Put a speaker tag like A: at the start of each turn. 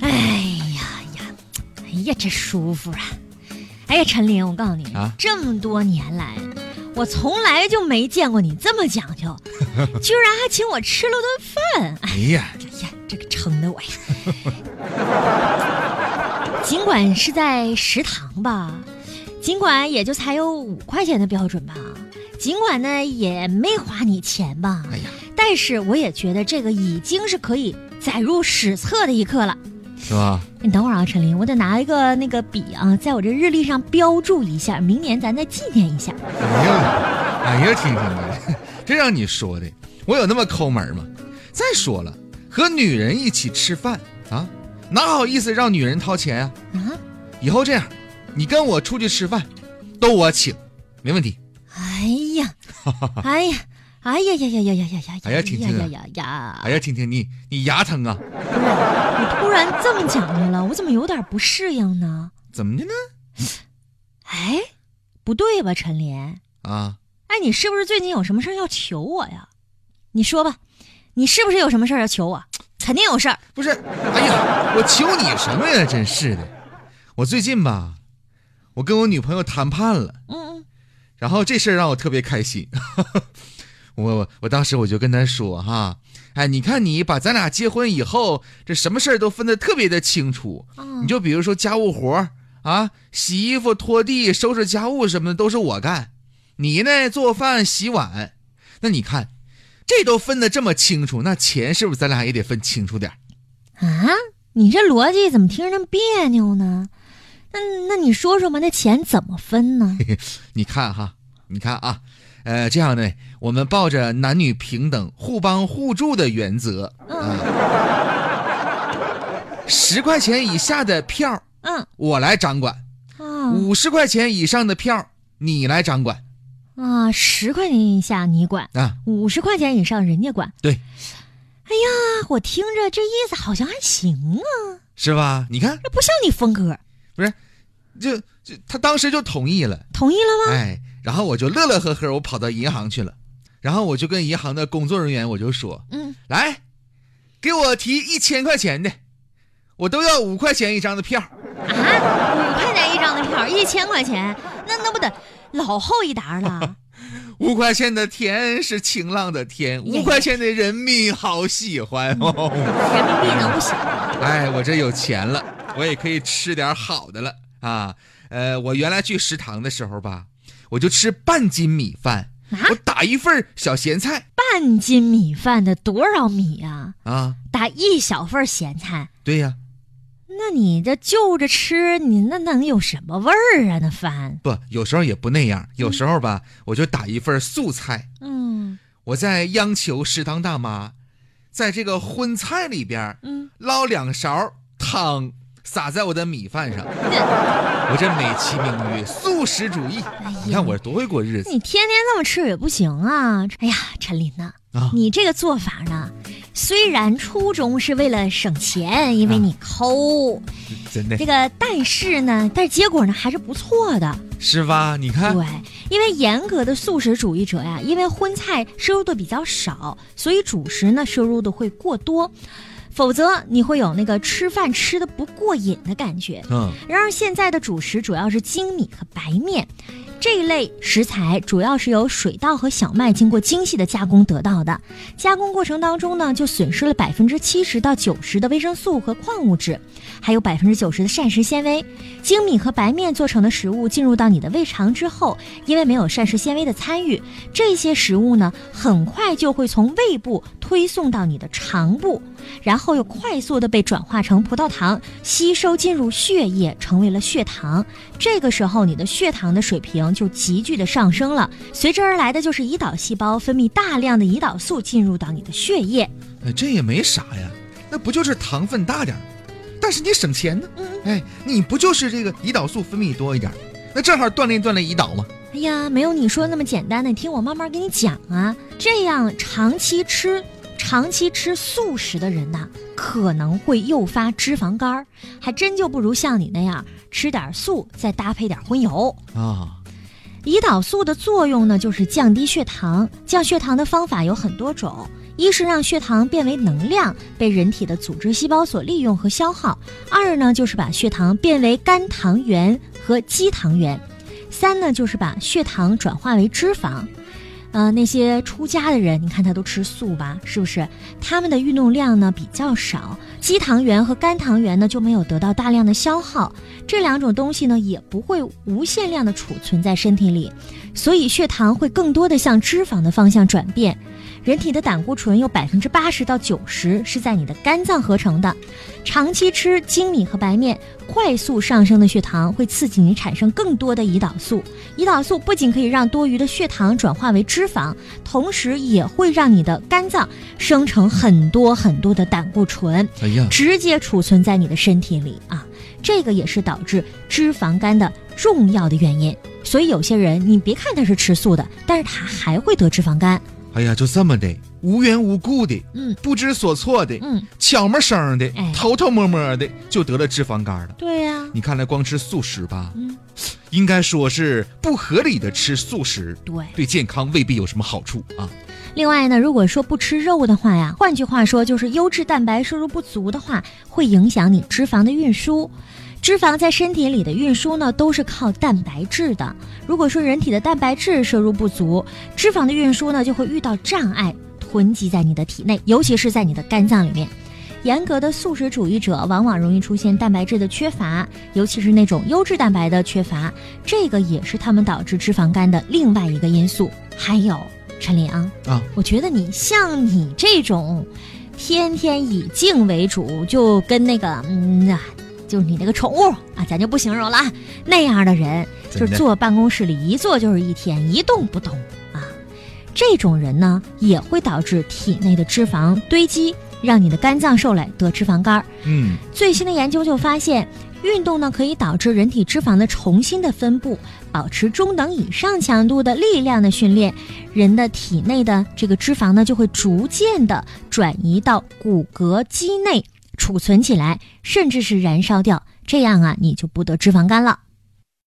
A: 哎呀，这舒服啊！哎呀，陈琳，我告诉你
B: 啊
A: 这么多年来，我从来就没见过你这么讲 究，居然还请我吃了顿饭。
B: 哎呀，
A: 哎呀，这个撑的我呀！尽管是在食堂吧，尽管也就才有五块钱的标准吧，尽管呢也没花你钱吧，
B: 哎呀，
A: 但是我也觉得这个已经是可以载入史册的一刻了。
B: 是吧？
A: 你等会儿啊，陈琳，我得拿一个那个笔啊，在我这日历上标注一下，明年咱再纪念一下。
B: 哎呀，哎呀，听听吧， 这让你说的，我有那么抠门吗？再说了，和女人一起吃饭啊，哪好意思让女人掏钱啊？
A: 啊，
B: 以后这样，你跟我出去吃饭，都我请，没问题。
A: 哎呀，哎呀，哎呀呀呀呀呀呀呀！
B: 哎呀婷婷
A: 呀
B: 啊
A: 呀呀！
B: 哎呀，婷婷，你你牙疼啊？
A: 你突然这么讲究了，我怎么有点不适应呢？
B: 怎么的呢？
A: 哎，不对吧，陈琳？
B: 啊，
A: 哎，你是不是最近有什么事儿要求我呀？你说吧，你是不是有什么事儿要求我？肯定有事儿。
B: 不是，哎呀，我求你什么呀？真是的，我最近吧，我跟我女朋友谈判了。
A: 嗯嗯，
B: 然后这事儿让我特别开心，我我我当时我就跟他说哈，哎，你看你把咱俩结婚以后，这什么事儿都分得特别的清楚，
A: 嗯
B: 你就比如说家务活儿啊，洗衣服、拖地、收拾家务什么的都是我干，你呢做饭、洗碗，那你看，这都分得这么清楚，那钱是不是咱俩也得分清楚点儿？
A: 啊，你这逻辑怎么听着那么别扭呢？那那你说说嘛，那钱怎么分呢？
B: 你看哈，你看啊，呃，这样呢，我们抱着男女平等、互帮互助的原则啊，十、块钱以下的票
A: 嗯
B: 我来掌管，
A: 啊
B: 五十块钱以上的票你来掌管
A: 啊，十块钱以下你管，
B: 啊。
A: 五十块钱以上人家管。
B: 对，
A: 啊，我听着这意思好像还行啊，
B: 是吧？你看，
A: 这不像你风格。
B: 就就他当时就同意了，
A: 同意了吗？
B: 哎，然后我就乐乐呵呵，我跑到银行去了，然后我就跟银行的工作人员我就说，
A: 嗯，
B: 来，给我提一千块钱的，我都要五块钱一张的票。
A: 啊，五块钱一张的票，一千块钱，那那不得老厚一沓了？
B: 五块钱的天是晴朗的天，
A: 呀
B: 五块钱的人民好喜欢哦。
A: 人民币能不行？啊
B: 哎，我这有钱了，我也可以吃点好的了啊。呃，我原来去食堂的时候吧，我就吃半斤米饭，
A: 啊
B: 我打一份小咸菜
A: 半斤米饭的多少米啊？
B: 啊。
A: 打一小份咸菜，
B: 对呀，
A: 那你这就着吃，你那能有什么味儿啊？那饭，
B: 不，有时候也不那样，有时候吧，我就打一份素菜。
A: 嗯
B: 我在央求食堂大妈，在这个荤菜里边儿
A: 嗯，
B: 捞两勺汤撒在我的米饭 上，我这美其名曰素食主义。
A: 呀
B: 你看我多会过日子
A: 你天天这么吃也不行啊！哎呀，陈琳呐、
B: 啊！
A: 你这个做法呢，虽然初衷是为了省钱，因为
B: 啊
A: 你抠、
B: 真的
A: 这个，但是呢，但是结果呢还是不错的。
B: 是吧？你看
A: 对，因为严格的素食主义者呀，因为荤菜摄入的比较少，所以主食呢摄入的会过多，否则你会有那个吃饭吃的不过瘾的感觉。
B: 嗯，
A: 然而，现在的主食主要是精米和白面这一类食材，主要是由水稻和小麦经过精细的加工得到的。加工过程当中呢，就损失了百分之七十到九十的维生素和矿物质，还有百分之九十的膳食纤维。精米和白面做成的食物进入到你的胃肠之后，因为没有膳食纤维的参与，这些食物呢，很快就会从胃部推送到你的肠部。然后又快速的被转化成葡萄糖，吸收进入血液，成为了血糖。这个时候，你的血糖的水平就急剧的上升了，随之而来的就是胰岛细胞分泌大量的胰岛素进入到你的血液。
B: 哎这也没啥呀，那不就是糖分大点儿，但是你省钱呢？
A: 嗯
B: 哎，你不就是这个胰岛素分泌多一点儿，那正好锻炼锻炼胰岛吗？
A: 哎呀，没有你说那么简单的，你听我慢慢给你讲啊。这样长期吃、长期吃素食的人呐、可能会诱发脂肪肝儿，还真就不如像你那样吃点素，再搭配点荤油。
B: 啊，
A: 胰岛素的作用呢，就是降低血糖。降血糖的方法有很多种，一是让血糖变为能量，被人体的组织细胞所利用和消耗；二呢，就是把血糖变为肝糖原和肌糖原；三呢，就是把血糖转化为脂肪。呃，那些出家的人，你看他都吃素吧，是不是？他们的运动量呢比较少，肌糖原和肝糖原呢就没有得到大量的消耗，这两种东西呢也不会无限量的储存在身体里，所以血糖会更多的向脂肪的方向转变。人体的胆固醇有百分之八十到九十是在你的肝脏合成的，长期吃精米和白面，快速上升的血糖会刺激你产生更多的胰岛素。胰岛素不仅可以让多余的血糖转化为脂肪，同时也会让你的肝脏生成很多很多的胆固醇，
B: 哎呀，
A: 直接储存在你的身体里啊。这个也是导致脂肪肝的重要的原因。所以有些人，你别看他是吃素的，但是他还会得脂肪肝。
B: 哎呀，就这么的，无缘无故的，
A: 嗯
B: 不知所措的，
A: 嗯，
B: 悄么声的
A: 哎，
B: 偷偷摸摸的就得了脂肪肝了。
A: 对呀、
B: 你看来光吃素食吧，
A: 嗯，
B: 应该说是不合理的吃素食，
A: 对。
B: 对健康未必有什么好处啊。
A: 另外呢，如果说不吃肉的话呀，换句话说就是优质蛋白摄入不足的话，会影响你脂肪的运输。脂肪在身体里的运输呢，都是靠蛋白质的。如果说人体的蛋白质摄入不足，脂肪的运输呢就会遇到障碍，囤积在你的体内，尤其是在你的肝脏里面。严格的素食主义者往往容易出现蛋白质的缺乏，尤其是那种优质蛋白的缺乏，这个也是他们导致脂肪肝的另外一个因素。还有，陈林啊，
B: 啊，
A: 我觉得你像你这种，天天以静为主，就跟那个嗯啊，就是你那个宠物啊，咱就不形容了啊，那样的人，
B: 真
A: 就
B: 的
A: 是坐办公室里一坐就是一天，一动不动啊，这种人呢，也会导致体内的脂肪堆积，让你的肝脏受累，得脂肪肝儿。
B: 嗯，
A: 最新的研究就发现，运动呢可以导致人体脂肪的重新的分布。保持中等以上强度的力量的训练，人的体内的这个脂肪呢就会逐渐的转移到骨骼肌内储存起来，甚至是燃烧掉。这样啊，你就不得脂肪肝了。